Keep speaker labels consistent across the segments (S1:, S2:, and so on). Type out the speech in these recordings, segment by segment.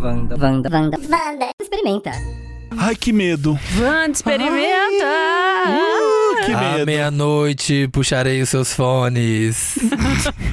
S1: Wanda. Wanda. Wanda. Experimenta.
S2: Ai, que medo.
S3: Vanda, experimenta!
S2: Uh, que
S4: À
S2: medo.
S4: Ah, meia-noite puxarei os seus fones.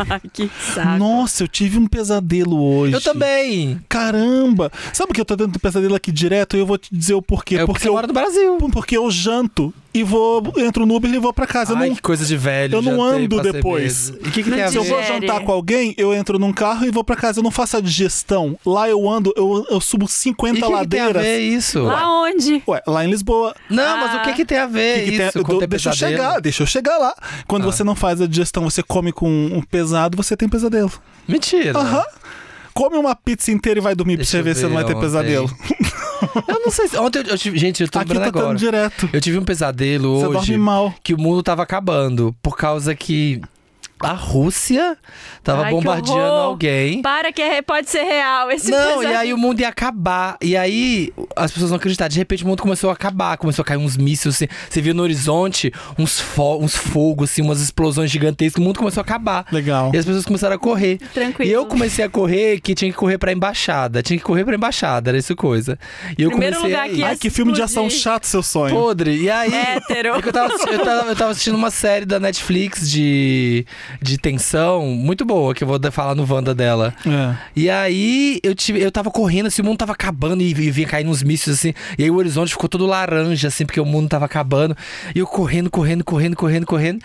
S3: Ai, que saco.
S2: Nossa, eu tive um pesadelo hoje.
S4: Eu também.
S2: Caramba! Sabe que eu tô tendo um pesadelo aqui direto e eu vou te dizer o porquê.
S4: É porque
S2: porque,
S4: eu
S2: eu,
S4: moro no Brasil.
S2: porque eu janto e vou. Entro no Uber e vou pra casa.
S4: Ai,
S2: eu não
S4: que coisa de velho.
S2: eu não
S4: jantei,
S2: ando
S4: passei
S2: depois.
S4: medo. E o que, que
S3: Não
S4: tem a
S3: diz-
S2: Se eu
S4: ver?
S2: vou
S3: Digere.
S2: jantar com alguém, eu entro num carro e vou pra casa. Eu não faço a digestão. Lá eu ando, eu, eu subo
S4: E o
S2: 50
S4: que, que tem a
S2: ladeiras.
S4: ver isso?
S3: Lá onde?
S2: Ué, lá em Lisboa.
S4: Não, mas o que, que tem a ver
S2: Que que tem-
S4: isso?
S2: eu
S4: com
S2: dou-
S4: ter
S2: deixa eu
S4: pesadelo? Ah.
S2: chegar, deixa eu chegar lá. Quando você não faz a digestão, você come com um pesado, você tem pesadelo.
S4: Mentira.
S2: Aham. né? Come uma pizza inteira e vai dormir
S4: Deixa eu
S2: pra você ver se você não vai ter
S4: ontem.
S2: pesadelo.
S4: Eu não sei. se- Ontem eu, eu tive. Gente, eu tô
S2: Aqui tá
S4: lembrando agora.
S2: tendo direto.
S4: Eu tive um pesadelo
S2: Você
S4: hoje.
S2: dorme mal.
S4: que o mundo tava acabando por causa que a Rússia tava
S3: Ai, que
S4: bombardeando
S3: horror.
S4: alguém.
S3: Para que é- pode ser real esse
S4: Não, e
S3: pesadelo.
S4: aí o mundo ia acabar. E aí as pessoas não acreditaram. De repente o mundo começou a acabar. Começou a cair uns mísseis. Assim. Você viu no horizonte uns, fo uns fogos, assim, umas explosões gigantescas. O mundo começou a acabar.
S2: Legal.
S4: E as pessoas começaram a correr.
S3: Tranquilo.
S4: E eu comecei a correr que tinha que correr pra embaixada. Tinha que correr pra embaixada, era isso coisa. E eu
S3: Primeiro
S4: comecei
S3: lugar
S4: a
S3: que é
S4: ir.
S3: ia
S2: Ai, que filme de
S3: explodir.
S2: ação chato, seu sonho.
S4: podre. E aí.
S3: Hétero.
S4: É que eu tava, eu, tava, eu tava assistindo uma série da Netflix de, de tensão muito boa, que eu vou da- falar no Wanda dela.
S2: É.
S4: E aí eu, tive, eu tava correndo, assim, o mundo tava acabando e, e vinha caindo uns mísseis, assim. E aí o horizonte ficou todo laranja, assim, porque o mundo tava acabando. E eu correndo, correndo, correndo, correndo, correndo.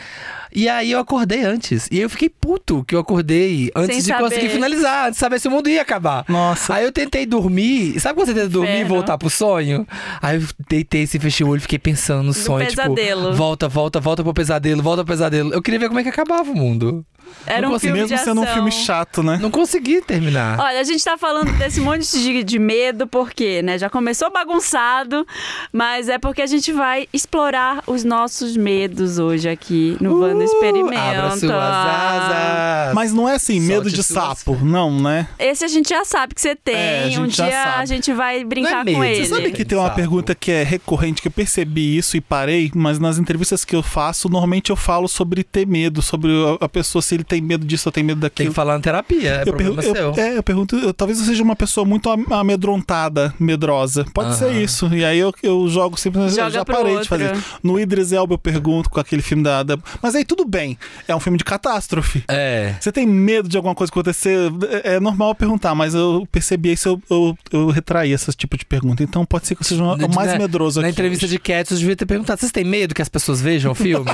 S4: E aí eu acordei antes. E aí eu fiquei puto que eu acordei antes
S3: Sem
S4: de
S3: saber.
S4: conseguir finalizar, antes de saber se o mundo ia acabar.
S2: Nossa.
S4: Aí eu tentei dormir. Sabe quando você tenta dormir e
S3: Inferno.
S4: voltar pro sonho? Aí eu deitei, se fechei o olho, fiquei pensando no sonho.
S3: pesadelo.
S4: Tipo, volta, volta, volta pro pesadelo, volta pro pesadelo. Eu queria ver como é que acabava o mundo.
S3: Era um
S2: Assim,
S3: filme
S2: mesmo
S3: de
S2: sendo um
S3: ação.
S2: filme chato, né?
S4: Não consegui terminar.
S3: Olha, a gente tá falando desse monte de, de medo, porque, né? Já começou bagunçado, mas é porque a gente vai explorar os nossos medos hoje aqui no Wanda Experimenta.
S4: Uh, Abra suas asas.
S2: Uh, Mas não é assim,
S4: Solte
S2: medo de
S4: suas-
S2: sapo, não, né?
S3: Esse a gente já sabe que você tem.
S2: É, a gente
S3: um
S2: já
S3: dia
S2: sabe.
S3: a gente vai brincar
S4: é medo,
S3: com
S4: você
S3: ele.
S4: sabe
S2: Sabe que tem uma
S4: Sapo.
S2: pergunta que é recorrente, que eu percebi isso e parei, mas nas entrevistas que eu faço, normalmente eu falo sobre ter medo, sobre a a pessoa se ele tem medo disso ou tem medo
S4: Tem
S2: daquilo.
S4: que falar na terapia, é problema
S2: pergun- eu-
S4: seu.
S2: é, eu pergunto, eu- talvez eu seja uma pessoa muito am- amedrontada, medrosa. Pode ser
S4: Aham.
S2: isso. E aí eu, eu jogo sempre, mas eu
S3: Joga
S2: já
S3: pro
S2: parei de
S3: outro.
S2: fazer isso. No Idris Elba eu pergunto com aquele filme da, da- Mas aí tudo bem, é um filme de catástrofe.
S4: É.
S2: Você tem medo de alguma coisa acontecer? É é normal eu perguntar, mas eu percebi isso, eu, eu, eu retraí esse tipo de pergunta. Então pode ser que eu seja o mais
S4: Na-
S2: medroso
S4: Na
S2: aqui.
S4: entrevista de Cats, eu devia ter perguntado: vocês têm medo que as pessoas vejam o filme?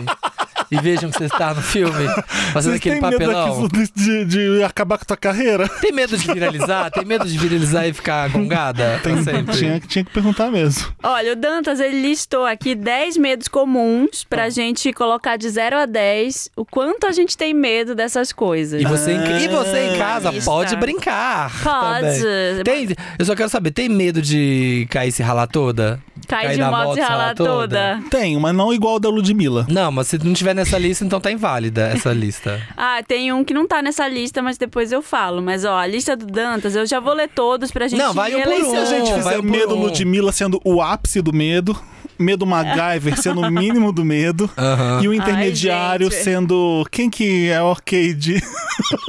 S4: e vejam que você está no filme? Fazendo
S2: Vocês
S4: aquele
S2: têm medo
S4: papelão?
S2: daquilo de, de acabar com a tua carreira?
S4: Tem medo de viralizar? Tem medo de viralizar e ficar gongada? pra sempre?
S2: Tinha, tinha que perguntar mesmo.
S3: Olha, o Dantas, ele listou aqui 10 medos comuns pra
S2: Tá.
S3: gente colocar de 0 a 10 o quanto a gente tem medo dessas coisas.
S4: E você, em,
S2: Ah,
S4: e você em casa
S3: isso,
S4: pode
S3: tá.
S4: brincar.
S3: Pode.
S4: também. Tem, eu só quero saber, tem medo de cair e se ralar toda?
S3: Cai
S4: Cair
S3: de
S4: da
S3: moto e
S4: se
S3: ralar toda.
S2: Tem, mas não igual da Ludmilla.
S4: Não, mas se não tiver nessa lista, então tá inválida essa lista.
S3: Ah, tem um que não tá nessa lista, mas depois eu falo. Mas ó, a lista do Dantas, eu já vou ler todos pra gente
S4: Não, vai
S3: ir
S4: um por
S3: eleição.
S2: Se a gente
S4: Vai
S2: fizer
S4: por
S2: medo
S4: um.
S2: Ludmilla sendo o ápice do medo, medo MacGyver sendo o mínimo do medo.
S4: Aham.
S2: E o intermediário
S3: gente.
S2: sendo. Quem que é arcade?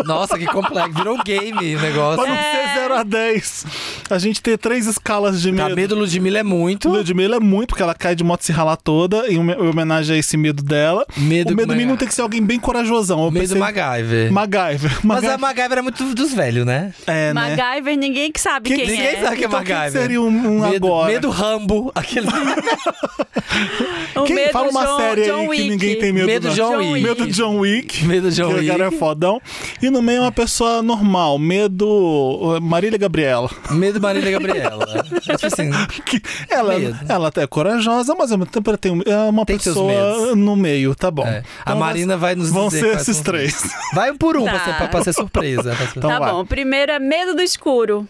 S4: Nossa, que complexo. Virou um game o negócio.
S2: Pra
S3: É.
S2: não ser 0 a 10. A gente ter três escalas de
S4: Tá,
S2: medo.
S4: medo Ludmilla é muito.
S2: Ludmilla é muito, porque ela cai de moto e se ralar toda, em home- em homenagem a esse medo dela.
S4: Medo
S2: o medo
S4: Maga-
S2: mínimo tem que ser alguém bem corajosão. Eu
S4: Medo
S2: pensei-
S4: MacGyver.
S2: MacGyver.
S4: Mas a
S2: MacGyver-
S4: MacGyver é muito dos velhos, né?
S2: É, né?
S3: MacGyver, ninguém que sabe
S2: Que-
S3: quem
S4: Ninguém
S3: é.
S4: sabe que é
S2: Então, quem
S4: MacGyver.
S2: seria um- um
S4: medo,
S2: agora?
S4: medo Rambo. Aquele
S3: O
S2: Quem-
S3: medo
S2: Fala uma
S3: John,
S2: série
S3: John
S2: aí
S3: Wick.
S2: que ninguém tem medo.
S4: Medo
S2: não.
S4: John
S3: John
S4: Wick.
S2: Medo de John Wick.
S4: Medo John
S2: que o
S4: Wick.
S2: cara é fodão. E no meio é uma pessoa normal. Medo eh, Marília Gabriela.
S4: Medo Marília Gabriela. É tipo assim,
S2: Que ela,
S4: Medo.
S2: ela até é corajosa, mas ao mesmo tempo ela tem um- é uma
S4: Tem seus
S2: pessoa
S4: medos.
S2: no meio, tá bom.
S4: é.
S2: Então
S4: a Marina vai nos
S2: Vão, vão
S4: dizer
S2: ser
S4: quais
S2: esses
S4: são os-
S2: três.
S4: Vai um por um pra,
S3: Tá.
S4: ser, pra- pra ser surpresa.
S2: Então
S3: Tá
S2: vai.
S3: bom, o primeiro é medo do escuro.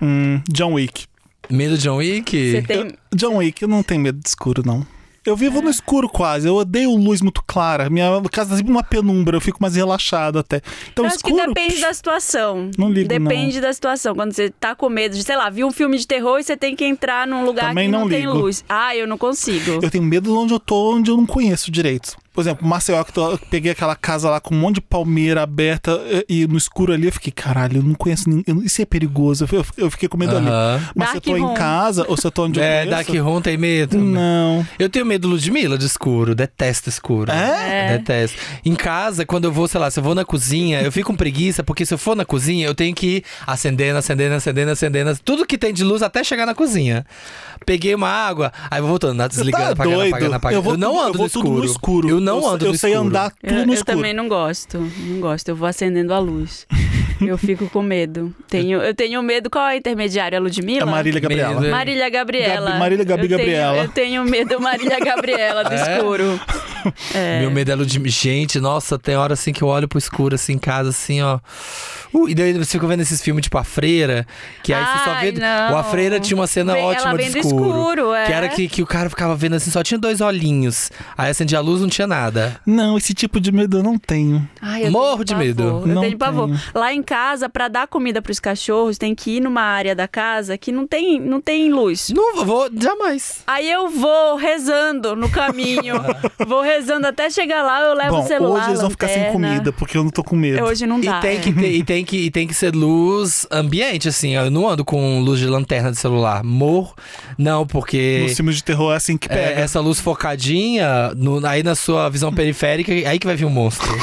S2: Hum, John Wick.
S4: Medo John Wick.
S3: Você tem. Ah.
S2: John Wick, eu não tenho medo de escuro, não. Eu vivo no escuro quase, eu odeio luz muito clara. Minha casa tá sempre uma penumbra, eu fico mais relaxado até. Então,
S3: Eu acho
S2: escuro.
S3: que depende
S2: psh,
S3: da situação.
S2: Não ligo, não.
S3: Depende da situação. Quando você tá com medo de, sei lá, viu um filme de terror e você tem que entrar num lugar
S2: Também
S3: que não,
S2: não
S3: tem
S2: ligo.
S3: luz. Ah, eu não consigo.
S2: Eu tenho medo de onde eu tô, onde eu não conheço direito. Por exemplo, Maceió, que eu peguei aquela casa lá com um monte de palmeira aberta eh, e no escuro ali, eu fiquei, caralho, eu não conheço ninguém. eu não- Isso é perigoso. Eu fi- Eu, fi- eu fiquei com medo ali.
S4: Aham.
S2: Mas se eu
S3: Dark
S2: tô em
S3: room.
S2: casa ou se eu tô onde eu
S4: É,
S2: conheço,
S4: Dark Room tem medo?
S2: Não.
S4: Eu tenho medo, Ludmilla, de escuro. Detesto escuro.
S2: É?
S3: É.
S4: Detesto. Em casa, quando eu vou, sei lá, se eu vou na cozinha, eu fico com preguiça, porque se eu for na cozinha, eu tenho que ir acendendo, acendendo, acendendo, acendendo. Tudo que tem de luz até chegar na cozinha. Peguei uma água, aí vou voltando, lá, desligando,
S2: tá
S4: apagando,
S2: doido?
S4: apagando, apagando.
S2: Eu, vou
S4: não
S2: tudo-
S4: ando
S2: eu vou
S4: no escuro.
S2: tudo no escuro.
S4: Eu não
S2: eu,
S4: ando
S2: eu
S4: no
S2: sei
S4: escuro.
S2: andar tudo
S3: É, Eu,
S2: no
S3: eu
S2: escuro.
S3: também não gosto, não gosto. Eu vou acendendo a luz. Eu fico com medo. Tenho, eu tenho medo. Qual é a intermediária? A Ludmilla?
S2: A Marília Gabriela.
S4: Medo.
S3: Marília Gabriela.
S2: Gabi- Marília Gabi
S3: eu tenho-
S2: Gabriela.
S3: eu tenho medo, Marília Gabriela, do
S4: É?
S3: escuro. É.
S4: Meu medo é Ludmilla. Gente, nossa, tem hora assim que eu olho pro escuro, assim, em casa, assim, ó. Uh, e daí você fica vendo esses filmes, tipo, A Freira, que aí você só
S3: Ai,
S4: vê...
S3: não.
S4: O A Freira tinha uma cena
S3: Vem- ela
S4: ótima
S3: vem
S4: de
S3: do
S4: escuro.
S3: escuro, é.
S4: Que era que, que o cara ficava vendo, assim, só tinha dois olhinhos. Aí acendia a luz, não tinha nada.
S2: Não, esse tipo de medo eu não tenho.
S3: Ai, eu
S4: Morro
S3: tenho
S4: de medo.
S3: pavor, Eu
S2: Não
S3: tenho pavor.
S2: tenho.
S3: Lá em casa, pra dar comida pros cachorros, tem que ir numa área da casa que não tem, não tem luz.
S4: Não vou, jamais.
S3: Aí eu vou rezando no caminho. vou rezando até chegar lá, eu levo
S2: Bom,
S3: É o celular.
S2: hoje eles vão ficar sem
S3: lanterna.
S2: comida, porque eu não tô com medo.
S3: É, Hoje não
S4: E
S3: dá.
S4: tem,
S3: é.
S4: que ter- e, tem que, e tem que ser luz ambiente, assim. ó. Eu não ando com luz de lanterna de celular. Morro, não, porque...
S2: Nos filmes de terror é assim que
S4: É,
S2: pega.
S4: essa luz focadinha, no- aí na sua visão periférica, aí que vai vir um monstro.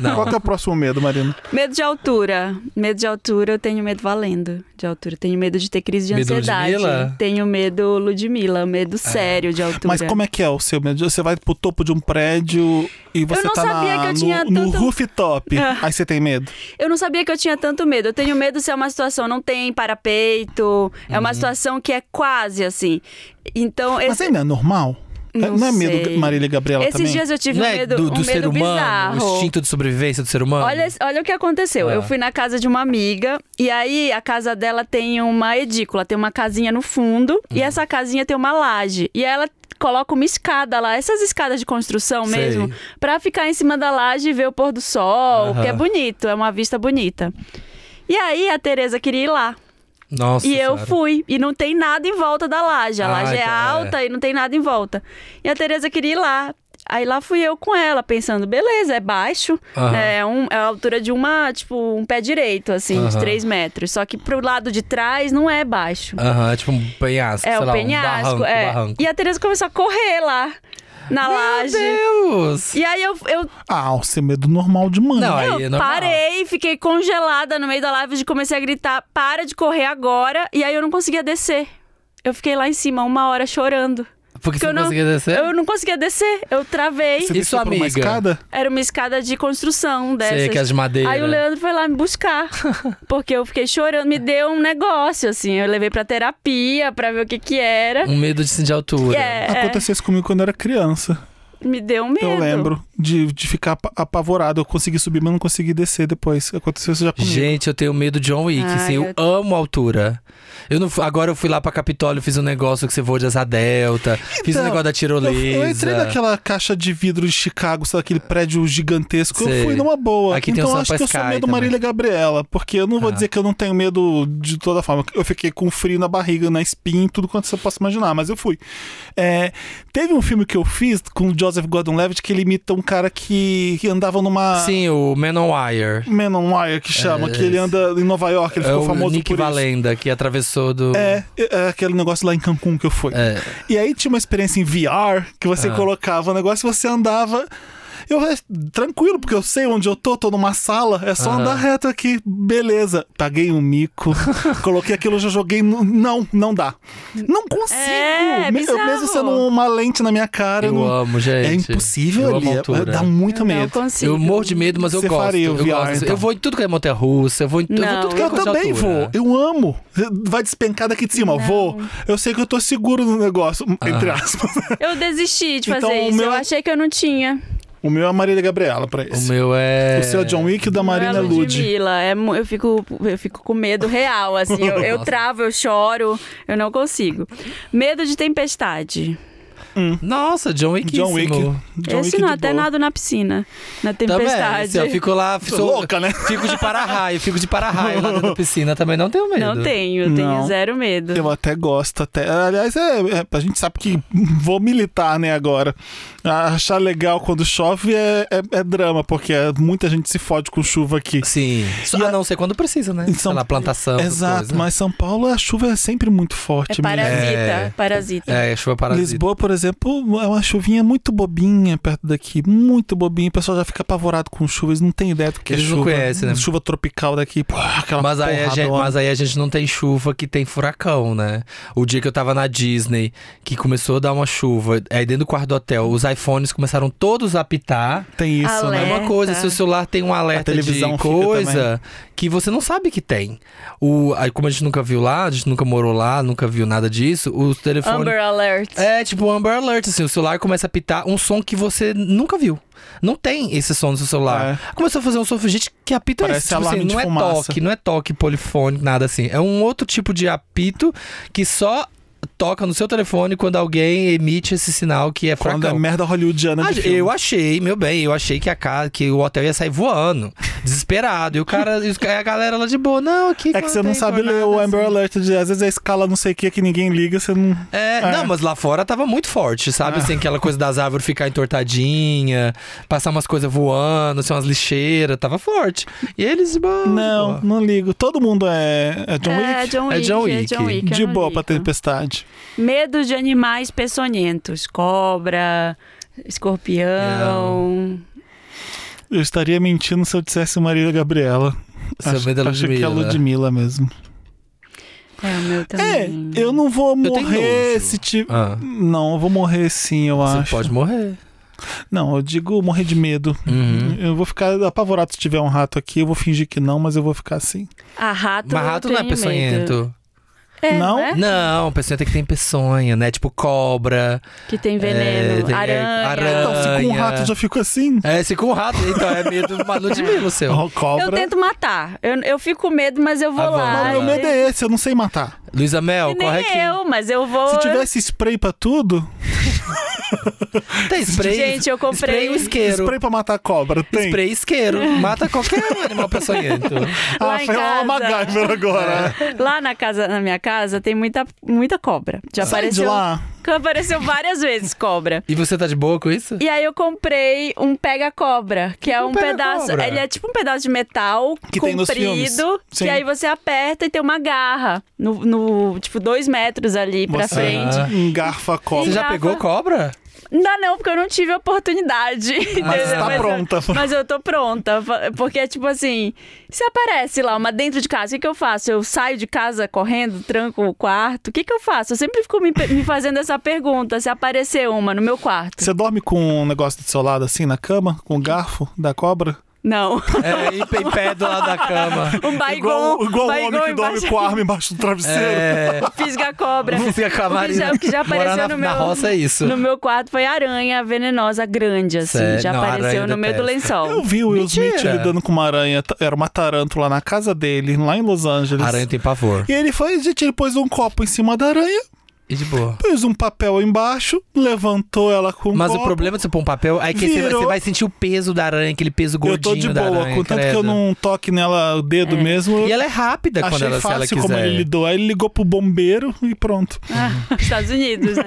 S4: Não.
S2: Qual que é o próximo medo, Marina?
S3: Medo de altura. Medo de altura, eu tenho medo valendo de altura. Tenho medo de ter crise de
S4: Medo
S3: ansiedade.
S4: Ludmilla? É.
S3: Tenho medo Ludmilla, medo sério de altura.
S2: Mas como é que é o seu medo? Você vai pro topo de um prédio e você
S3: não
S2: tá
S3: sabia
S2: na-
S3: que eu
S2: no,
S3: tinha
S2: no
S3: tanto-
S2: rooftop.
S3: Ah.
S2: Aí você tem medo?
S3: Eu não sabia que eu tinha tanto medo. Eu tenho medo se é uma situação não tem parapeito. É
S4: Uhum.
S3: uma situação que é quase assim. Então,
S2: Mas
S3: esse,
S2: ainda é normal?
S3: Não
S2: é
S3: sei.
S2: medo Marília Gabriela
S3: esses
S2: também?
S3: dias eu tive
S4: Não
S3: um
S4: é
S3: medo,
S4: do,
S3: um
S4: do
S3: medo
S4: ser humano,
S3: bizarro.
S4: o instinto de sobrevivência do ser humano?
S3: Olha, olha o que aconteceu.
S4: Ah.
S3: Eu fui na casa de uma amiga e aí a casa dela tem uma edícula, tem uma casinha no fundo e
S4: Uhum.
S3: essa casinha tem uma laje. E aí ela coloca uma escada lá, essas escadas de construção
S4: Sei.
S3: mesmo, pra ficar em cima da laje e ver o pôr do sol,
S4: Aham.
S3: que é bonito, é uma vista bonita. E aí a Tereza queria ir lá.
S4: Nossa.
S3: E eu
S4: senhora.
S3: fui. E não tem nada em volta da laje. A
S4: Ah,
S3: laje é
S4: então, é.
S3: alta e não tem nada em volta. E a Tereza queria ir lá. Aí lá fui eu com ela, pensando, beleza, é baixo.
S4: Aham.
S3: É, um, é a altura de uma, tipo, um pé direito, assim, de
S4: Aham.
S3: 3 metros. Só que pro lado de trás não é baixo.
S4: Aham, é tipo um penhasco,
S3: é
S4: sei
S3: o
S4: lá,
S3: penhasco.
S4: um barranco.
S3: é.
S4: barranco.
S3: E a Tereza começou a correr lá na
S4: Meu
S3: laje.
S4: Deus!
S3: E aí eu, eu
S2: Ah, o seu medo normal de mãe.
S4: Não, é-
S3: eu
S4: Aí normal.
S3: parei, fiquei congelada no meio da live e comecei a gritar: para de correr agora. E aí eu não conseguia descer. Eu fiquei lá em cima uma hora chorando.
S4: Porque
S3: Porque
S4: você
S3: eu
S4: não
S3: não,
S4: conseguia descer?
S3: eu não conseguia descer. Eu travei.
S2: Você
S4: E
S2: desceu
S4: sua
S2: por uma
S4: é amiga?
S2: escada?
S3: Era uma escada de construção dessas.
S4: Sei é que as de madeira.
S3: Aí o Leandro foi lá me buscar. porque eu fiquei chorando. Me deu um negócio, assim. Eu levei pra terapia pra ver o que que era.
S4: Um medo de sentir altura.
S3: É, é,
S2: Aconteceu isso comigo quando eu era criança.
S3: me deu um medo.
S2: Eu lembro de, de ficar apa- apavorado. Eu consegui subir, mas não consegui descer depois. Aconteceu isso já comigo.
S4: Gente, eu tenho medo de John Wick,
S3: Ai,
S4: assim, eu,
S3: eu-
S4: amo altura. Eu não, fu- agora eu fui lá pra Capitólio, fiz um negócio que você voa de asa delta, fiz um
S2: Então,
S4: negócio da
S2: Eu,
S4: tirolesa.
S2: eu entrei naquela caixa de vidro de Chicago, sabe, aquele prédio gigantesco.
S4: Ah. Sei.
S2: Eu fui numa boa.
S4: Aqui tem
S2: então
S4: o
S2: eu acho
S4: Sampa
S2: que eu sou
S4: Sky
S2: medo
S4: também.
S2: Marília Gabriela, porque eu não vou
S4: Ah.
S2: dizer que eu não tenho medo de toda forma. Eu fiquei com frio na barriga, na espinha, tudo quanto você possa imaginar, mas eu fui. É, teve um filme que eu fiz com o Joseph Gordon-Levitt que ele imita um cara que, que andava numa
S4: Sim, o Man on Wire.
S2: Man on Wire que chama, que ele anda em Nova York, ele
S4: é
S2: ficou
S4: o
S2: famoso
S4: Nick
S2: por isso.
S4: Valenda, que atravessou do...
S2: É, é aquele negócio lá em Cancún que eu fui.
S4: É.
S2: E aí tinha uma experiência em VR que você
S4: Ah.
S2: colocava o negócio e você andava. Eu é, tranquilo, porque eu sei onde eu tô, tô numa sala, é só
S4: Aham.
S2: andar reto aqui, beleza. Paguei um mico, coloquei aquilo, já joguei. no- Não, não dá. Não consigo!
S3: É, é
S2: Me- eu-
S3: bizarro.
S2: mesmo sendo uma lente na minha cara.
S4: Eu
S2: não-
S4: amo, gente.
S2: é impossível
S4: eu
S2: ali.
S4: amo
S2: é-
S4: altura.
S2: dá muito
S3: Eu não
S2: medo.
S3: consigo.
S4: Eu morro de medo, mas eu
S2: Você
S4: gosto.
S2: faria o
S4: eu,
S2: VR,
S4: gosto.
S2: então?
S4: eu vou em tudo que é montanha russa, eu vou em, eu vou em
S3: Não.
S4: tudo que é
S2: Eu
S4: coisa de
S2: também vou,
S4: altura.
S2: eu amo. Vai despencar daqui de cima,
S3: Não.
S2: vou. Eu sei que eu tô seguro no negócio,
S4: Ah.
S2: entre aspas.
S3: Eu desisti de fazer
S2: Então, o
S3: isso.
S2: meu-
S3: Eu achei que eu não tinha.
S2: O meu é a Marília Gabriela pra
S4: O
S2: esse.
S4: meu é...
S2: O seu é John Wick e o da Marina
S3: Não é
S2: Lud.
S3: Ludmilla, é mu- eu, fico, eu fico com medo real, assim. Eu, eu
S4: Nossa.
S3: travo, eu choro, eu não consigo. Medo de tempestade.
S4: Nossa, John Wickíssimo.
S2: John Wick. John
S3: Esse
S2: É um Wick
S3: não,
S2: de
S3: até
S2: boa.
S3: nada na piscina, na
S4: Também,
S3: tempestade.
S4: se eu fico lá...
S2: Tô
S4: Sou,
S2: louca, né?
S4: Fico de para-raio, fico de para-raio lá dentro da piscina. Também não tenho medo.
S3: Não tenho, tenho
S2: Não.
S3: zero medo.
S2: Eu até gosto, até. Aliás, é, é, a gente sabe que vou militar, né, agora. Achar legal quando chove é, é- é drama, porque é- muita gente se fode com chuva aqui.
S4: Sim. Só,
S2: E
S4: a
S2: a-
S4: não ser quando precisa, né?
S2: Em
S4: Sei
S2: São-
S4: lá, plantação. essas
S2: Exato,
S4: coisas.
S2: mas São Paulo a chuva é sempre muito forte.
S3: É
S2: menina.
S3: parasita,
S4: É.
S3: parasita.
S4: É, chuva parasita.
S2: Lisboa, por exemplo, é uma chuvinha muito bobinha perto daqui, muito bobinha. O pessoal já fica apavorado com chuva, eles não têm ideia do que é
S4: Eles não
S2: chuva.
S4: conhecem, né?
S2: Chuva tropical daqui, pô, aquela
S4: Mas aí, a gente,
S2: porradona.
S4: mas aí a gente não tem chuva que tem furacão, né? O dia que eu tava na Disney, que começou a dar uma chuva, aí dentro do quarto do hotel, os iPhones começaram todos a apitar.
S2: Tem isso,
S3: Ale-
S2: né?
S4: É uma
S3: Alerta.
S4: coisa, seu celular tem um alerta
S2: televisão
S4: de
S2: fica
S4: coisa que você não sabe que tem. O, aí como a gente nunca viu lá, a gente nunca morou lá, nunca viu nada disso, os telefones...
S3: Amber Alert.
S4: É, tipo Amber Alert, assim, o celular começa a apitar um som que você nunca viu. Não tem esse som no seu celular. Começou a fazer um som, gente, que apito é
S2: É. Parece
S4: esse? Tipo
S2: alarme
S4: assim,
S2: de
S4: não é
S2: fumaça.
S4: toque, não é toque polifônico, nada assim. É um outro tipo de apito que só toca no seu telefone quando alguém emite esse sinal que é
S2: Quando é
S4: fracão.
S2: merda hollywoodiana
S4: Ah,
S2: de filme.
S4: eu achei, meu bem, eu achei que a casa, que o hotel ia sair voando, desesperado. E o cara, e os- a galera lá de boa, não, aqui
S2: É que
S4: quando
S2: você não
S4: tem
S2: sabe ler
S4: tornado,
S2: o Amber
S4: assim.
S2: Alert. de- Às vezes a escala não sei o que que ninguém liga, você não.
S4: É,
S2: É.
S4: não, mas lá fora tava muito forte, sabe? Assim, aquela coisa das árvores ficar entortadinha, passar umas coisas voando, assim, umas lixeiras, tava forte. E eles, bom,
S2: Não, não ligo. Todo mundo é, é John
S3: É,
S2: Wick?
S3: John
S4: É
S3: Wick.
S4: John
S3: é
S4: Wick.
S3: John Wick, eu
S2: de
S3: não
S2: boa pra
S3: ligo.
S2: tempestade.
S3: Medo de animais peçonhentos. Cobra, escorpião.
S2: Eu estaria mentindo se eu dissesse Maria Gabriela.
S4: Seu medo da
S2: acho que é
S4: Ludmilla.
S2: Ludmilla mesmo.
S3: É, o meu
S2: É,
S3: também.
S2: eu não vou
S4: Eu tenho
S2: morrer
S4: nojo.
S2: se tipo.
S4: Ah,
S2: Não, eu vou morrer sim, eu
S4: você
S2: acho.
S4: pode morrer.
S2: Não, eu digo morrer de medo.
S4: Uhum.
S2: Eu vou ficar apavorado se tiver um rato aqui. Eu vou fingir que não, mas eu vou ficar assim.
S3: A rato,
S4: Mas rato
S3: eu
S4: não é
S3: tenho medo.
S4: peçonhento.
S3: É,
S2: Não?
S3: né?
S4: Não, peçonhento é que tem peçonha, né? Tipo cobra.
S3: Que tem veneno.
S4: tem- é,
S3: aranha.
S4: aranha.
S2: Então, se com um
S4: Aranha.
S2: rato eu já fico assim.
S4: É, se com rato, então é medo maluco de mim, você.
S2: Ó, cobra.
S3: Eu tento matar. Eu, eu fico com medo, mas eu vou
S4: Ah,
S3: lá.
S4: vamos.
S2: Não, meu medo é esse, eu não sei matar.
S4: Luísa Mel,
S3: Nem
S4: corre aqui.
S3: eu, mas eu vou.
S2: Se tivesse spray pra tudo,
S4: Tem spray.
S3: Gente, eu comprei- um
S4: Spray o isqueiro.
S2: Spray pra matar cobra, tem.
S4: Spray isqueiro. Mata qualquer animal peçonhento.
S2: Ah,
S3: Lá em
S2: foi uma
S3: casa. É.
S2: MacGyver agora.
S3: Lá na casa, na minha casa, tem muita, muita cobra. Já
S2: Sai de
S3: apareceu.
S2: lá.
S3: Apareceu várias vezes cobra.
S4: E você tá de boa com isso?
S3: E aí eu comprei um pega-cobra, que é
S4: um
S3: um pedaço.
S4: pega-cobra?
S3: Ele é tipo um pedaço de metal
S2: Que tem nos filmes.
S3: comprido.
S2: Sim.
S3: que aí você aperta e tem uma garra. No, no, tipo, dois metros ali pra
S2: Você
S3: frente.
S4: Ah.
S2: Engarfa a
S4: Você
S2: cobra.
S4: já
S3: Engrafa.
S4: pegou cobra?
S3: Não dá não, porque eu não tive oportunidade. entendeu?
S2: Mas tá
S3: eu-
S2: pronta.
S3: mas eu tô pronta. Porque, tipo assim, se aparece lá uma dentro de casa, o que, que eu faço? Eu saio de casa correndo, tranco o quarto? O que, que eu faço? Eu sempre fico me, pe- me fazendo essa pergunta, se aparecer uma no meu quarto.
S2: Você dorme com um negócio do seu lado assim na cama, com o garfo da cobra?
S3: Não.
S4: É, em pé- em pé do lado da cama.
S3: Um baigon.
S2: igual igual o
S3: baigon
S2: homem que dorme
S3: embaixo-
S2: com a arma embaixo do travesseiro.
S4: É.
S3: Fisga cobra.
S4: Fica com a
S3: O que já,
S4: Marina.
S3: o que já
S4: Morar
S3: apareceu
S4: na,
S3: no meu.
S4: na roça é isso.
S3: No meu quarto foi aranha venenosa grande, assim.
S4: Sério?
S3: Já
S4: Não, aranha
S3: apareceu
S4: eu
S3: no meio do
S4: detesto.
S3: lençol.
S2: Eu vi o Will Smith
S4: Mentira.
S2: lidando com uma aranha, t- era uma tarântula na casa dele, lá em Los Angeles.
S4: Aranha tem pavor.
S2: E ele foi, gente, ele pôs um copo em cima da aranha,
S4: E de boa.
S2: pôs um papel embaixo, levantou ela com um
S4: Mas o
S2: copo.
S4: problema de você pôr um papel é que você vai-
S2: Virou.
S4: você vai sentir o peso da aranha, aquele peso gordinho
S2: Eu tô de
S4: da
S2: boa,
S4: aranha.
S2: contanto que
S4: credo.
S2: eu não toque nela o dedo mesmo.
S4: E ela é rápida quando
S2: Achei
S4: ela, se ela
S2: fácil
S4: quiser.
S2: como ele lidou. Aí ele ligou pro bombeiro e pronto.
S3: Ah, Estados Unidos, né?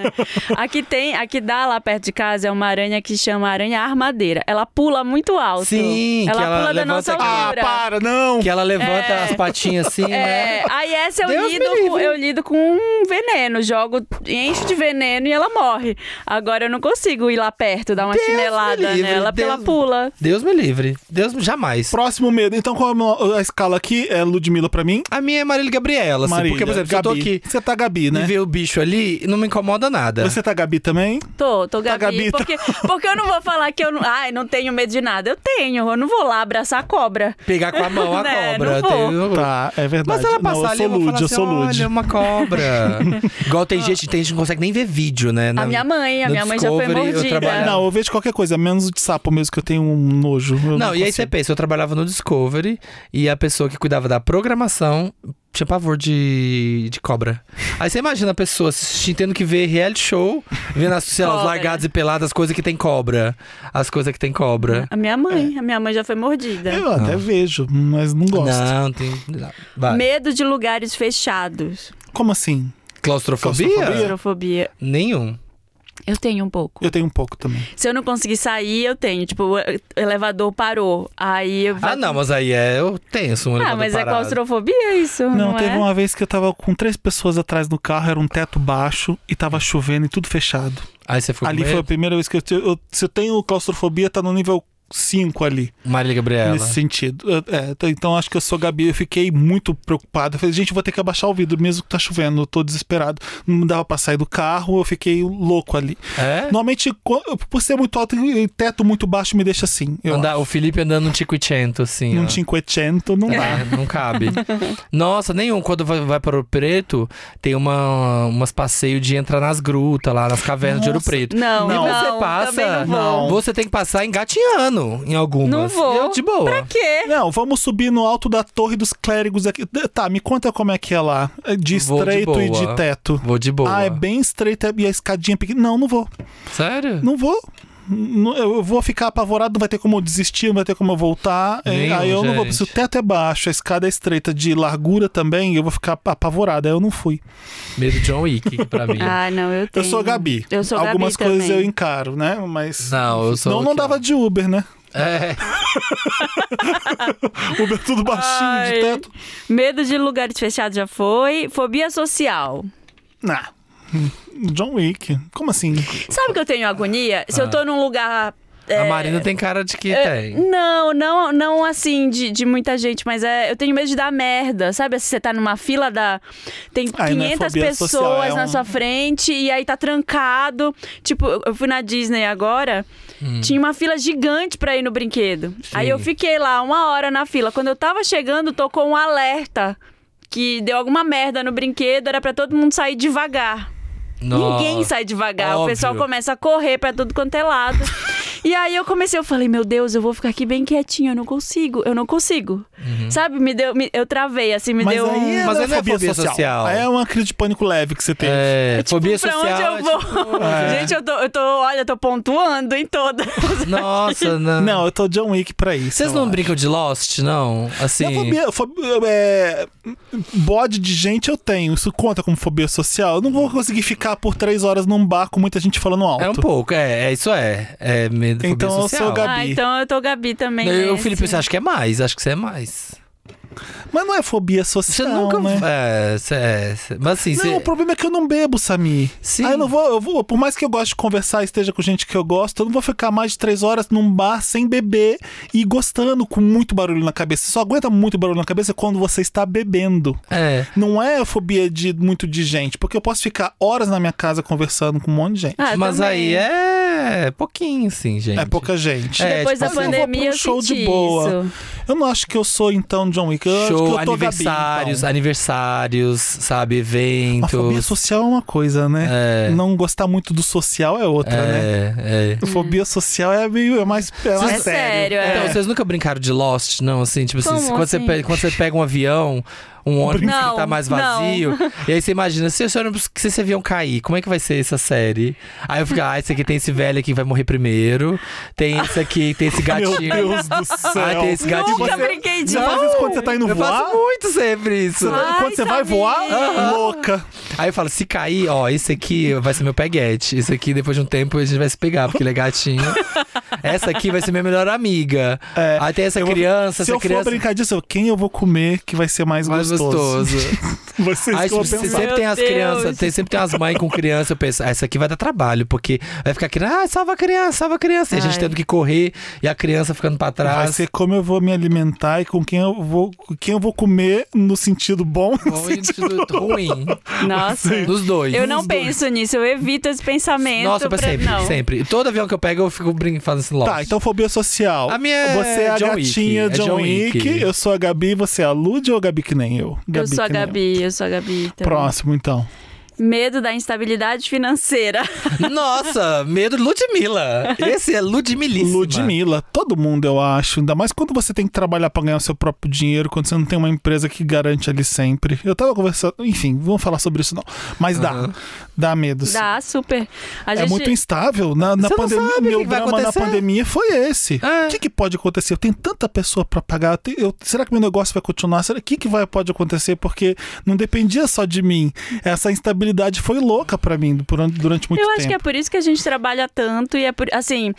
S3: Aqui tem, aqui dá lá perto de casa, é uma aranha que chama aranha armadeira. Ela pula muito alto.
S4: Sim, que
S3: ela
S4: ela
S3: pula da
S4: levanta
S3: nossa
S4: aqui. Ah,
S2: Ah,
S3: altura.
S2: para, não!
S4: Que ela levanta
S3: É.
S4: as patinhas assim, né?
S3: É, aí essa eu
S4: Deus
S3: lido,
S4: me
S3: com, eu lido com um veneno, jogo, encho de veneno e ela morre. Agora eu não consigo ir lá perto, dar uma
S4: Deus me
S3: chinelada
S4: livre,
S3: nela, porque ela
S4: Deus-
S3: pula.
S4: Deus me livre. Deus jamais.
S2: Próximo medo. Então, como a escala aqui é Ludmilla pra mim?
S4: A minha é Marília Gabriela, assim,
S2: Marília,
S4: porque, por exemplo, se eu
S2: Gabi.
S4: tô aqui
S2: Você tá Gabi,
S4: e
S2: né?
S4: ver o bicho ali, não me incomoda nada.
S2: Você tá Gabi também?
S3: Tô, tô
S2: Tá,
S3: Gabi.
S2: Gabi, tá.
S3: porque, porque eu não vou falar que eu não. Ai, não tenho medo de nada. Eu tenho, eu não vou lá abraçar a cobra.
S4: Pegar com a mão a
S3: Né,
S4: cobra.
S3: não vou.
S4: tem-
S2: Tá, é verdade.
S4: Hum. Mas ela
S2: Não,
S4: passar
S2: eu
S4: ali,
S2: sou
S4: eu vou
S2: Lud,
S4: falar
S2: eu sou
S4: assim,
S2: Lud.
S4: olha, uma cobra. Igual tem tem gente, tem gente que não consegue nem ver vídeo, né?
S3: A minha mãe, a minha mãe já foi mordida. É.
S2: Não, eu vejo qualquer coisa, menos de sapo mesmo, que eu tenho um nojo. Eu
S4: Não, e aí você
S2: consigo.
S4: pensa, eu trabalhava no Discovery e a pessoa que cuidava da programação tinha pavor de, de cobra. Aí você imagina a pessoa assistindo, tendo que ver reality show, vendo as, sei lá, os
S3: Cobra.
S4: largados e pelados, as coisas que tem cobra. As coisas que tem cobra.
S3: A minha mãe, a minha mãe já foi mordida.
S2: Eu até vejo, mas não gosto.
S4: Não, tem. não. Vai.
S3: Medo de lugares fechados.
S2: Como assim?
S4: Claustrofobia?
S2: Claustrofobia?
S3: Claustrofobia.
S4: Nenhum.
S3: Eu tenho um pouco.
S2: Eu tenho um pouco também.
S3: Se eu não conseguir sair, eu tenho. Tipo, o elevador parou. Aí eu
S4: Ah, não, mas aí é. Eu tenso um
S3: Ah,
S4: elevador
S3: mas é
S4: parado.
S3: claustrofobia isso? Não,
S2: Não, teve
S3: é?
S2: uma vez que eu tava com três pessoas atrás no carro, era um teto baixo e tava chovendo e tudo fechado.
S4: Aí você ficou
S2: ali
S4: Hum. com medo?
S2: foi a primeira vez que eu, eu. Se eu tenho claustrofobia, tá no nível 5 ali.
S4: Marília Gabriela.
S2: Nesse sentido. Eu- é, t- então acho que eu sou Gabi. Eu fiquei muito preocupado. Eu falei, gente, eu vou ter que abaixar o vidro mesmo que tá chovendo. Eu tô desesperado. Não dava pra sair do carro, eu fiquei louco ali.
S4: É?
S2: Normalmente, co- por ser muito alto e teto muito baixo, me deixa assim. Eu
S4: Andar-
S2: acho.
S4: o Felipe andando no Cinquecento, assim. ó.
S2: Num 500 não dá.
S4: É, não cabe. Nossa, nenhum. Quando vai, vai para Ouro Preto, tem uma, umas passeios de entrar nas grutas, lá nas cavernas de Ouro
S2: Nossa,
S4: Preto.
S3: Não,
S4: E
S3: não,
S4: você passa.
S3: também não vou.
S4: Você tem que passar engatinhando em algumas.
S3: Não vou.
S4: E eu, de boa.
S3: Pra quê?
S2: Não, vamos subir no alto da torre dos clérigos aqui. D- Tá, me conta como é que é lá. De
S4: Vou de
S2: estreito e
S4: boa.
S2: de teto.
S4: Vou de boa.
S2: Ah, é bem estreito é- e a escadinha pequena. Não, não vou.
S4: Sério?
S2: Não vou. Não- Eu vou ficar apavorado, não vai ter como eu desistir, não vai ter como eu voltar. É,
S4: Nenhum,
S2: aí eu não vou.
S4: gente.
S2: Se o teto é baixo, a escada é estreita de largura também, eu vou ficar apavorado. Aí eu não fui.
S4: Medo de John Wick pra mim.
S3: Ah, não, eu
S2: Eu
S3: tenho.
S2: sou a Gabi.
S3: Eu sou a Gabi
S2: Algumas coisas
S3: também.
S2: eu encaro, né? Mas.
S4: Não, eu sou
S2: Não,
S4: o
S2: não
S4: que-
S2: dava de Uber, né?
S4: É.
S2: Uber tudo baixinho
S3: Ai.
S2: de teto.
S3: Medo de lugares fechados já foi. Fobia social.
S2: Nah. John Wick. Como assim?
S3: Sabe que eu tenho agonia? Se eu tô num lugar.
S4: A
S3: é,
S4: Marina tem cara de que
S2: é,
S4: tem.
S3: Não, não, não assim de, de muita gente, mas é, eu tenho medo de dar merda, sabe? Se você tá numa fila da. Tem
S2: Ai, não é
S3: 500
S2: fobia
S3: pessoas
S2: social, é
S3: na
S2: um-
S3: sua frente e aí tá trancado. Tipo, eu- eu fui na Disney agora,
S2: Hum.
S3: tinha uma fila gigante pra ir no brinquedo. Aí eu fiquei lá uma hora na fila. Quando eu tava chegando, tocou um alerta que deu alguma merda no brinquedo, era pra todo mundo sair devagar. Ninguém sai devagar. O
S4: óbvio.
S3: pessoal começa a correr pra tudo quanto é lado. e aí eu comecei, eu falei, meu Deus, eu vou ficar aqui bem quietinho, eu não consigo, eu não consigo. Sabe, me deu. me- eu travei, assim, me
S2: Mas
S3: deu
S2: aí
S3: um.
S2: é,
S4: Uhum. Mas aí
S2: não é fobia social. Aí é uma crise de pânico leve que você tem.
S4: É,
S3: Tipo,
S4: fobia
S3: pra
S4: social.
S3: onde eu vou?
S4: é
S3: Gente, eu tô, eu tô, olha, eu tô pontuando em todas.
S4: tipo- Nossa, não.
S2: Não, eu tô John Wick pra isso.
S4: Vocês
S2: eu
S4: não
S2: acho.
S4: brincam de Lost, não? Assim.
S2: Não, fobia, fobia- é, bode de gente eu tenho. Isso conta como fobia social. Eu não vou conseguir ficar por três horas num bar com muita gente falando alto.
S4: É um pouco, é, é, isso é. É medo fobia
S2: Então eu
S4: social.
S2: sou Gabi.
S3: Ah, então eu tô Gabi também.
S4: Eu- eu,
S3: nesse.
S4: Felipe, você acha que Ah, é mais? Acho que você é mais.
S2: Mas não é fobia
S4: Você
S2: social,
S4: nunca.
S2: né?
S4: É, você é, você- mas assim,
S2: Não,
S4: você.
S2: o problema é que eu não bebo, Samir.
S4: Sim.
S2: Aí eu não vou, eu vou, por mais que eu goste de conversar e esteja com gente que eu gosto, eu não vou ficar mais de três horas num bar sem beber e gostando com muito barulho na cabeça. Você só aguenta muito barulho na cabeça quando você está bebendo.
S4: É.
S2: Não é a fobia de muito de gente, porque eu posso ficar horas na minha casa conversando com um monte de gente.
S3: Ah,
S4: mas
S3: também.
S4: aí é pouquinho, assim, gente.
S2: é pouca gente.
S4: É,
S3: Depois
S4: tipo
S3: da
S2: assim, eu vou
S3: pandemia,
S2: pra um
S3: eu
S2: show de
S3: senti
S2: boa.
S3: isso.
S2: Eu não acho que eu sou, então, John Wick. Eu acho
S4: Show,
S2: que eu tô
S4: aniversários,
S2: Gabi,
S4: aniversários, sabe,
S2: então. A fobia
S4: eventos.
S2: social é uma coisa, né?
S4: É.
S2: Não gostar muito do social é outra, né?
S4: é, é.
S2: Fobia social é meio é mais, é mais
S3: É
S2: sério.
S3: sério, é.
S4: Então, vocês nunca brincaram de Lost, não? Assim, tipo assim,
S3: Como
S4: quando, Você
S3: assim?
S4: pega, quando você pega um avião, um ônibus que
S3: Não,
S4: tá mais
S3: não.
S4: vazio, e aí você imagina, se esse ônibus, se esse avião cair, como é que vai ser essa série? Aí eu fico, ah, esse aqui tem esse velho aqui que vai morrer primeiro, tem esse aqui, tem esse
S3: é.
S2: Meu
S4: gatinho.
S2: Deus do céu.
S4: Ah, tem esse gatinho.
S3: Nunca
S4: Você-
S3: brinquei
S2: Você
S3: disso.
S2: faz isso quando você tá indo
S4: Eu
S2: voar?
S4: faço muito sempre isso.
S3: Ah.
S2: Quando
S3: Ai,
S2: você vai
S3: sabia.
S2: voar,
S3: Aham.
S2: louca.
S4: Aí eu falo, se cair, ó, esse aqui vai ser meu peguete. Esse aqui, depois de um tempo, a gente vai se pegar, porque ele é gatinho. Essa aqui vai ser minha melhor amiga.
S2: É.
S4: Aí tem essa
S2: Eu vou-
S4: criança,
S2: Se
S4: essa
S2: eu for
S4: criança.
S2: brincar disso, eu- quem eu vou comer que vai ser mais,
S4: mais
S2: gostoso?
S4: gostoso.
S2: Vocês
S4: Aí,
S2: que
S4: tipo,
S2: vão
S4: se-
S2: pensar.
S4: sempre
S3: Meu
S4: tem as
S3: Deus.
S4: crianças, tem, sempre tem as mães com criança, eu penso, ah, essa aqui vai dar trabalho, porque vai ficar aqui, ah, salva a criança, salva a criança. E a gente
S3: Ai.
S4: tendo que correr e a criança ficando pra
S2: Vai
S4: trás.
S2: ser como eu vou me alimentar e com quem eu vou, com quem eu vou comer no sentido bom. e no
S4: Bom, e
S2: sentido-
S4: tudo ruim.
S3: Nossa.
S4: Dos dois.
S3: Eu não
S4: Dos dois.
S3: penso nisso, eu evito esse pensamento.
S4: Nossa, pra
S3: pra
S4: sempre,
S3: não.
S4: sempre. Todo avião que eu pego, eu fico brincando, fazendo assim,
S2: Tá, então fobia social.
S4: A minha é
S2: Você é a
S4: John Wick,
S2: gatinha
S4: é
S2: John,
S4: John
S2: Wick.
S4: Wick.
S2: Eu sou a Gabi, você é a Lud ou a Gabi que nem eu?
S3: Eu sou a
S2: que nem
S3: Gabi, eu sou a Gabi.
S2: eu.
S3: Também.
S2: Próximo, então.
S3: Medo da instabilidade financeira.
S4: Nossa, medo de Ludmilla. Esse é Ludmilíssima.
S2: Ludmilla, todo mundo, eu acho. Ainda mais quando você tem que trabalhar pra ganhar o seu próprio dinheiro, quando você não tem uma empresa que garante ali sempre. Eu tava conversando, enfim, vamos falar sobre isso não. Mas dá, dá medo. sim.
S3: Dá super. A
S2: É
S3: gente...
S2: muito instável. Na, na
S4: Você não
S2: pandemia,
S4: sabe o
S2: meu
S4: que vai
S2: drama na
S4: acontecer.
S2: pandemia foi esse.
S4: É.
S2: O que, que pode acontecer? Eu tenho tanta pessoa pra pagar. eu te- eu- será que meu negócio vai continuar? Será o que, que vai, pode acontecer? Porque não dependia só de mim. Essa instabilidade foi louca pra mim por- durante muito
S3: eu
S2: tempo.
S3: acho que é por isso que a gente trabalha tanto e é por assim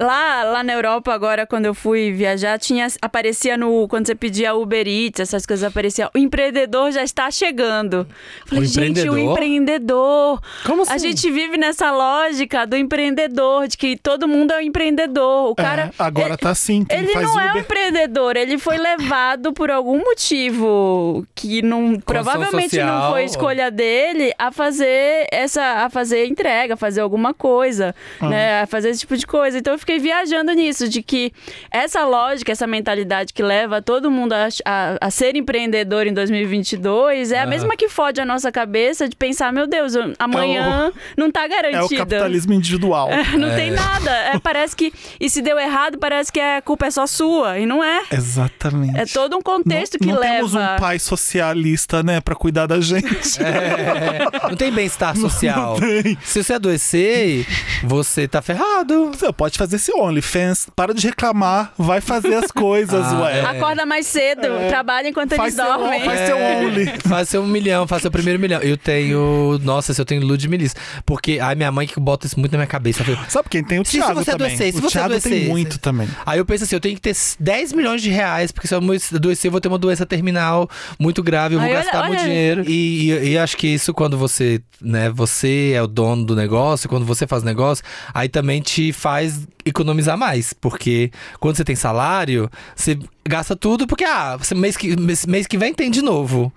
S3: lá lá na Europa agora quando eu fui viajar tinha aparecia no quando você pedia Uber Eats essas coisas aparecia o empreendedor já está chegando eu falei
S4: O
S3: gente o
S4: empreendedor?
S3: empreendedor
S4: Como
S3: a
S4: assim?
S3: gente vive nessa lógica do empreendedor de que todo mundo é um empreendedor o
S2: É,
S3: cara
S2: agora tá assim. Quem
S3: ele
S2: faz
S3: não é um
S2: Uber-
S3: empreendedor, ele foi levado por algum motivo que não provavelmente não
S4: social.
S3: foi escolha dele a fazer essa a fazer entrega, a fazer alguma coisa,
S2: Ah.
S3: né, a fazer esse tipo de coisa. Então eu fiquei viajando nisso de que essa lógica, essa mentalidade que leva todo mundo a, a- a ser empreendedor em 2022 é a
S4: Ah.
S3: mesma que fode a nossa cabeça de pensar, meu Deus, eu- amanhã não tá garantido.
S2: É o capitalismo individual.
S3: Não tem nada. É, parece que. E se deu errado, parece que a culpa é só sua. E não é.
S2: Exatamente.
S3: É todo um contexto que
S2: não, não
S3: leva.
S2: temos um pai socialista, né, pra cuidar da gente.
S4: É, não tem bem-estar social. Se você adoecer, você tá ferrado.
S2: Você pode fazer esse OnlyFans, para de reclamar, vai fazer as coisas,
S4: Ah,
S2: ué.
S4: é.
S3: Acorda mais cedo, trabalha enquanto
S2: É. Faz
S3: eles
S2: seu,
S3: dormem.
S2: faz seu
S4: É.
S2: Only.
S4: Faz seu um milhão, faz seu primeiro milhão. Eu tenho. Nossa, se eu tenho Ludmilis. Porque ai, minha mãe que bota isso muito na minha cabeça. ela fala,
S2: Sabe quem tem? O
S4: Se
S2: Thiago
S4: você
S2: também.
S4: adoecer, se
S2: o
S4: você é
S2: Thiago tem
S4: adoecer,
S2: muito
S4: se-
S2: também.
S4: Aí eu penso assim, eu tenho que ter 10 milhões de reais, porque se eu mo- adoecer, eu vou ter uma doença terminal muito grave, eu vou
S3: Aí, olha-
S4: gastar muito
S3: olha-
S4: dinheiro. E, e- e acho que isso quando você, né, você é o dono do negócio, quando você faz negócio, aí também te faz economizar mais, porque quando você tem salário, você gasta tudo, porque, ah, você- mês que, mês, mês que vem tem de novo,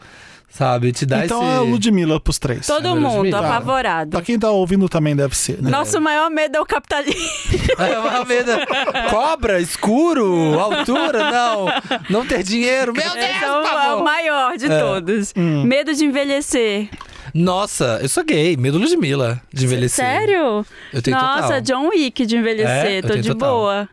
S4: sabe? Te dá
S2: Então
S4: esse...
S2: é o Ludmilla pros três.
S3: Todo
S4: Agora
S3: mundo
S4: desmilhava.
S2: Pra
S3: apavorado.
S2: quem tá ouvindo também deve ser, né?
S3: Nosso maior medo é o capitalismo.
S4: É uma venda. Cobra, escuro, altura, não. Não ter dinheiro. Meu Deus, tá
S3: Esse é o,
S4: pavor.
S3: é o maior de todos.
S2: Hum.
S3: Medo de envelhecer.
S4: Nossa, eu sou gay, medo Ludmilla de envelhecer.
S3: Sério?
S4: Eu tenho
S3: Nossa,
S4: total.
S3: John Wick de
S4: É? Eu
S3: envelhecer. Tô
S4: tenho
S3: de
S4: total.
S3: boa.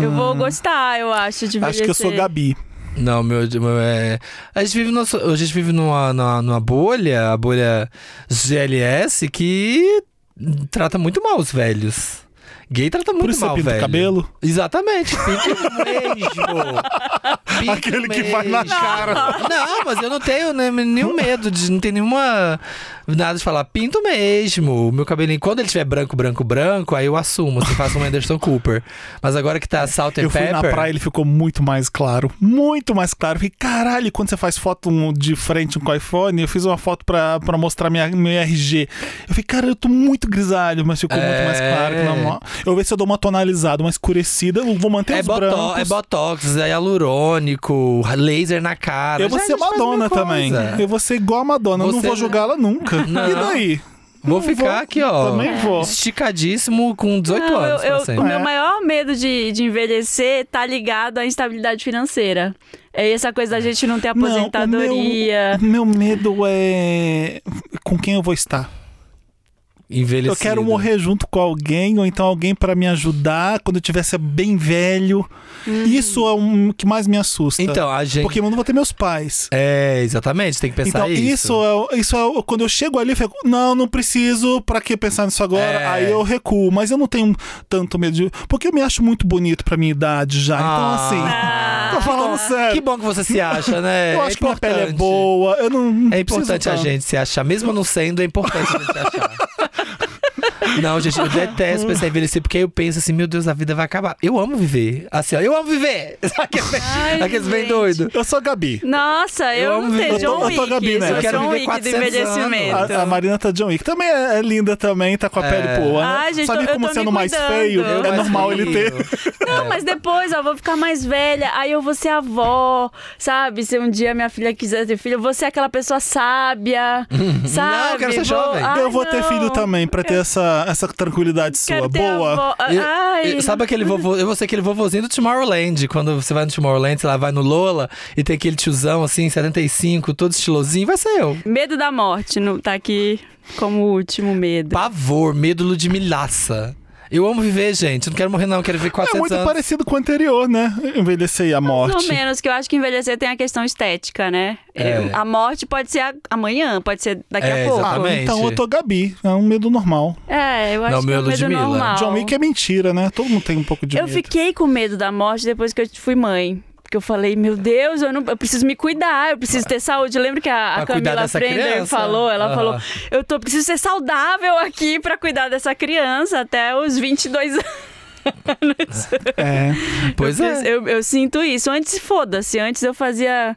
S3: Eu vou gostar, eu acho, de envelhecer.
S2: Hum. Acho que eu sou Gabi.
S4: Não, meu, meu é... A gente vive, no, a gente vive numa, numa, numa bolha, a bolha GLS, que trata muito mal os velhos. Gay trata muito
S2: Por isso
S4: mal,
S2: você pinta
S4: velho.
S2: o cabelo?
S4: Exatamente, pinto mesmo. Pinto
S2: Aquele que vai na
S4: mesmo.
S2: cara.
S4: Não, mas eu não tenho né, nenhum medo de. Não tem nenhuma. Nada de falar. Pinto mesmo. O meu cabelinho. Quando ele tiver branco, branco, branco, aí eu assumo. Você faça um Anderson Cooper. Mas agora que tá Salt and
S2: Eu fui
S4: Pepper.
S2: na praia, ele ficou muito mais claro. Muito mais claro. Fiquei, caralho, quando você faz foto um de frente com o iPhone, eu fiz uma foto pra, pra mostrar minha, meu RG. Eu falei, cara, eu tô muito grisalho, mas ficou muito mais
S4: É.
S2: claro. que normal. Eu vou ver se eu dou uma tonalizada, uma escurecida. Eu vou manter
S4: É,
S2: os
S4: boto-
S2: brancos.
S4: é botox, é hialurônico, laser na cara.
S2: Eu vou
S4: Já é
S2: ser
S4: a gente faz
S2: Madonna
S4: mil
S2: também.
S4: coisa.
S2: Eu vou ser igual a Madonna. Eu não
S4: Você-
S2: vou julgá-la nunca.
S4: Não.
S2: E daí?
S4: Vou
S2: Não
S4: ficar aqui, ó.
S2: Também vou.
S4: Esticadíssimo com 18
S3: Não,
S4: anos.
S3: eu-
S4: pra
S3: eu-
S4: sempre.
S3: o meu
S2: É.
S3: maior medo de, de envelhecer tá ligado à instabilidade financeira. É essa coisa da gente não ter aposentadoria.
S2: Não, o meu, o meu medo é com quem eu vou estar.
S4: Envelhecido.
S2: Eu quero morrer junto com alguém ou então alguém pra me ajudar quando eu tivesse bem velho. Isso é um que mais me assusta.
S4: Hum. Então, a gente.
S2: porque eu não vou ter meus pais.
S4: É, exatamente, tem que pensar
S2: Então, isso é, o- isso é o- quando eu chego ali, eu fico, não, não preciso, pra que pensar nisso agora?
S4: É.
S2: Aí eu recuo, mas eu não tenho tanto medo de. Porque eu me acho muito bonito pra minha idade já. então, assim,
S4: Ah.
S2: tô falando
S3: Então,
S2: sério.
S4: Que bom que você se acha, né?
S2: eu
S4: É
S2: acho que minha pele é
S4: importante.
S2: boa, eu não. não
S4: É
S2: preciso
S4: importante a
S2: tanto.
S4: gente se achar, mesmo não sendo, é importante a gente se achar. Não, gente, eu detesto pensar em envelhecer, porque aí eu penso assim, meu Deus, a vida vai acabar. Eu amo viver. Assim, ó, eu amo viver! Sabe Aqueles bem,
S3: Ai,
S4: aqueles bem
S3: gente.
S4: doido.
S2: Eu sou a Gabi.
S3: Nossa, eu,
S4: Eu amo
S3: não
S4: viver-
S3: tenho
S2: eu tô-
S3: John
S2: eu tô
S3: Wick.
S2: Gabi, né?
S3: sou
S2: Eu
S4: quero
S3: John
S4: viver
S3: Wick do
S4: 400 anos.
S3: envelhecimento.
S2: A, a Marina tá John Wick. Também é, é linda também, tá
S4: É.
S2: com a pele boa. né?
S3: Ai, gente,
S2: Sabe
S3: eu- eu
S2: como
S3: tô
S2: sendo
S3: me
S2: mais
S3: cuidando.
S2: feio?
S3: Eu
S2: é
S3: mais
S2: normal ele ter.
S3: Não, mas depois ó, eu vou ficar mais velha, aí eu vou ser avó, sabe? Se um dia minha filha quiser ter filho, eu vou ser aquela pessoa sábia, sabe?
S4: quero ser
S3: Vou-
S4: jovem.
S3: Ai,
S2: eu vou ter
S3: não.
S2: filho também, pra ter essa essa, essa tranquilidade sua.
S3: Quero ter
S2: Boa.
S3: avó. Ah,
S4: Eu-
S3: Ai,
S4: eu- sabe aquele vovô? Eu vou ser aquele vovôzinho do Tomorrowland. Quando você vai no Tomorrowland, sei lá, vai no Lola e tem aquele tiozão assim, 75, todo estilosinho. Vai ser eu.
S3: Medo da morte não tá aqui como o último medo.
S4: Pavor, medo ludimilaça. Eu amo viver, gente. Eu Não quero morrer, não. Eu Quero viver
S2: É
S4: 400
S2: muito
S4: anos.
S2: parecido com o anterior, né? Envelhecer e a
S3: Pelo
S2: morte.
S3: menos, que eu acho que envelhecer tem a questão estética, né?
S4: É.
S3: Eu- a morte pode ser a- amanhã, pode ser daqui
S4: É,
S3: a pouco.
S2: Ah,
S4: exatamente.
S2: então eu tô Gabi. É um medo normal.
S3: É, eu acho
S4: Não,
S3: que
S4: meu
S3: é um medo
S4: Ludmilla.
S3: normal.
S2: John Wick é mentira, né? Todo mundo tem um pouco de
S3: Eu
S2: medo.
S3: fiquei com medo da morte depois que eu fui mãe. Porque eu falei, meu Deus, eu, não, eu preciso me cuidar, eu preciso ter saúde. Eu lembro que a, a
S4: Pra cuidar
S3: Camila
S4: dessa
S3: Frender
S4: criança?
S3: falou, ela
S4: Aham.
S3: falou, eu tô, preciso ser saudável aqui pra cuidar dessa criança até os 22 anos.
S2: É.
S4: Pois
S3: eu,
S4: é.
S3: preciso- eu, eu sinto isso. Antes, foda-se. Antes eu fazia.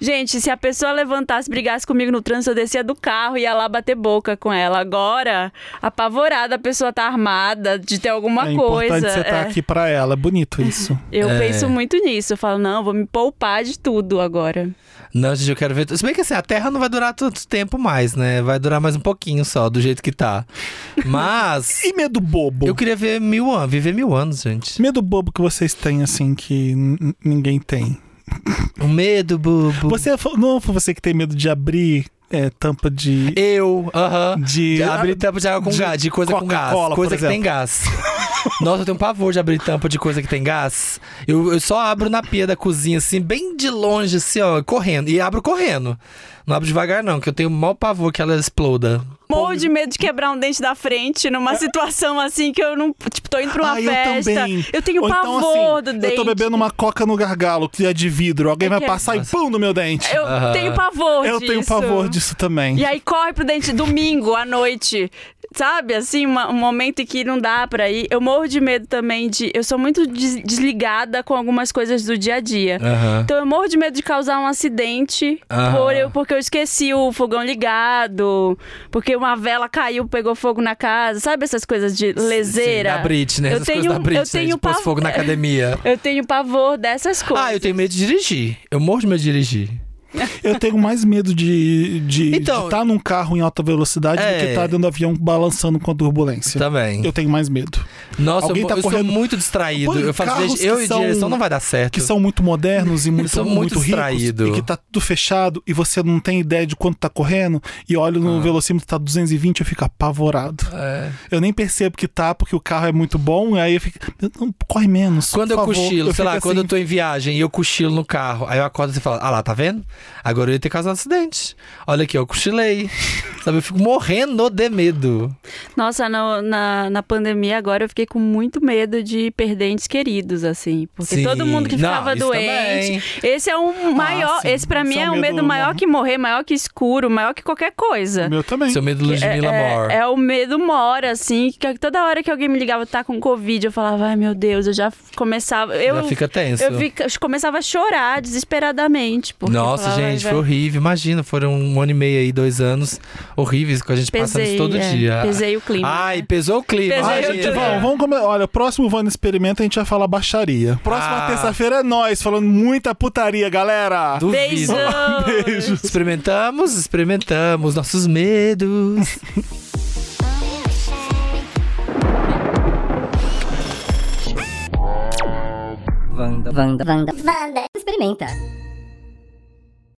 S3: Gente, se a pessoa levantasse, brigasse comigo no trânsito, eu descia do carro e ia lá bater boca com ela. Agora, apavorada, a pessoa tá armada de ter alguma
S2: é
S3: coisa.
S2: importante você estar
S3: é.
S2: aqui pra ela. É bonito isso.
S3: Eu
S4: É.
S3: penso muito nisso. Eu falo, não, vou me poupar de tudo agora.
S4: Não, gente, eu quero ver. Se bem que assim, a Terra não vai durar tanto tempo mais, né? Vai durar mais um pouquinho só, do jeito que tá. Mas.
S2: E medo bobo?
S4: eu queria ver mil anos, viver mil anos, gente.
S2: Medo bobo que vocês têm, assim, que n- ninguém tem.
S4: O medo, bobo.
S2: Você é não foi você que tem medo de abrir é, tampa de.
S4: Eu, aham.
S2: De-
S4: De abrir tampa de água com
S2: de
S4: gás, de coisa com gás.
S2: Coca-Cola,
S4: Coisa
S2: por
S4: que tem
S2: exemplo.
S4: gás. Nossa, eu tenho um pavor de abrir tampa de coisa que tem gás. Eu, eu só abro na pia da cozinha, assim, bem de longe, assim, ó, correndo. E abro correndo. Não abro devagar, não, que eu tenho o maior pavor que ela exploda.
S3: Morro de medo de quebrar um dente da frente numa situação assim que eu não. Tipo, tô indo pra uma
S2: ah, eu
S3: festa.
S2: também.
S3: eu tenho
S2: Ou então,
S3: pavor
S2: assim,
S3: do
S2: Eu
S3: dente.
S2: tô bebendo uma coca no gargalo, que é de vidro. Alguém
S3: É
S2: vai
S3: que é-
S2: passar e pum no meu dente.
S3: Eu
S4: Aham.
S3: tenho pavor
S2: Eu
S3: disso.
S2: tenho pavor disso também.
S3: E aí corre pro dente domingo à noite. Sabe, assim, uma- um momento em que não dá pra ir. Eu morro de medo também de. Eu sou muito des- desligada com algumas coisas do dia a dia.
S4: Aham.
S3: Então eu morro de medo de causar um acidente
S4: Aham.
S3: por eu, porque eu esqueci o fogão ligado, porque uma vela caiu, pegou fogo na casa, sabe essas coisas de lezeira?
S4: Sim, da Britney,
S3: Eu
S4: essas
S3: tenho-
S4: coisas da Britney.
S3: eu tenho
S4: de pôr
S3: pavor-
S4: fogo na academia.
S3: Eu tenho pavor dessas coisas.
S4: Ah, eu tenho medo de dirigir. Eu morro de medo de dirigir.
S2: Eu tenho mais medo de de
S4: Então-
S2: estar num carro em alta velocidade do que
S4: É.
S2: estar dentro do avião balançando com a turbulência.
S4: Também.
S2: Eu tenho mais medo.
S4: Nossa,
S2: Alguém
S4: eu,
S2: tá
S4: eu sou
S2: correndo-
S4: muito distraído.
S2: Pô,
S4: Eu faço
S2: carros
S4: desde- eu
S2: que
S4: e
S2: são-
S4: direção não vai dar certo.
S2: Que são muito modernos e muito,
S4: são muito
S2: muito, ricos.
S4: distraído.
S2: E que tá tudo fechado e você não tem ideia de quanto tá correndo. E olha no velocímetro, tá 220, eu fico apavorado.
S4: Ah. É.
S2: Eu nem percebo que tá, porque o carro é muito bom. Aí eu fico. "Meu, Não, corre menos.
S4: Quando eu
S2: por favor."
S4: cochilo, sei
S2: fico
S4: lá,
S2: assim,
S4: quando eu tô em viagem e eu cochilo no carro, aí eu acordo e falo, ah lá, tá vendo? Agora eu ia ter causado um acidente. Olha aqui, eu cochilei. Sabe, eu fico morrendo de medo.
S3: Nossa, no- na, na pandemia agora eu fiquei com muito medo de perder entes queridos, assim. Porque
S4: Sim.
S3: todo mundo que
S4: Não,
S3: ficava
S4: isso
S3: doente.
S4: também.
S3: Esse é
S4: Ah,
S3: um maior.
S2: sim.
S3: esse pra mim
S2: Esse
S3: é um medo, maior que morrer, maior que escuro, maior que qualquer coisa.
S2: Meu também.
S4: Seu medo
S3: É-
S4: Ludmilla
S3: é,
S4: Moore.
S3: é o medo mora, assim, que toda hora que alguém me ligava tá com Covid, eu falava, ai meu Deus, eu já começava. Eu,
S4: Já fica assim. tenso.
S3: eu fica- começava a chorar desesperadamente. Porque eu
S4: Nossa,
S3: falava, "Ai,
S4: gente,
S3: vai-
S4: foi horrível. Imagina, foram um ano e meio aí, dois anos horríveis que a gente passa
S3: Pesei,
S4: isso todo
S3: é,
S4: dia.
S3: pesei o clima.
S4: Ai, pesou o clima.
S3: Pesei
S4: Ai,
S3: o
S4: gente,
S3: clima.
S2: Vamos, vamos comer. Olha, o próximo Vanda Experimenta a gente vai falar baixaria. Próxima
S4: Ah.
S2: terça-feira é nós, falando muita putaria, galera.
S4: Duvido.
S3: Beijão!
S4: Experimentamos, experimentamos nossos medos.
S1: Wanda. Wanda. Wanda. Experimenta.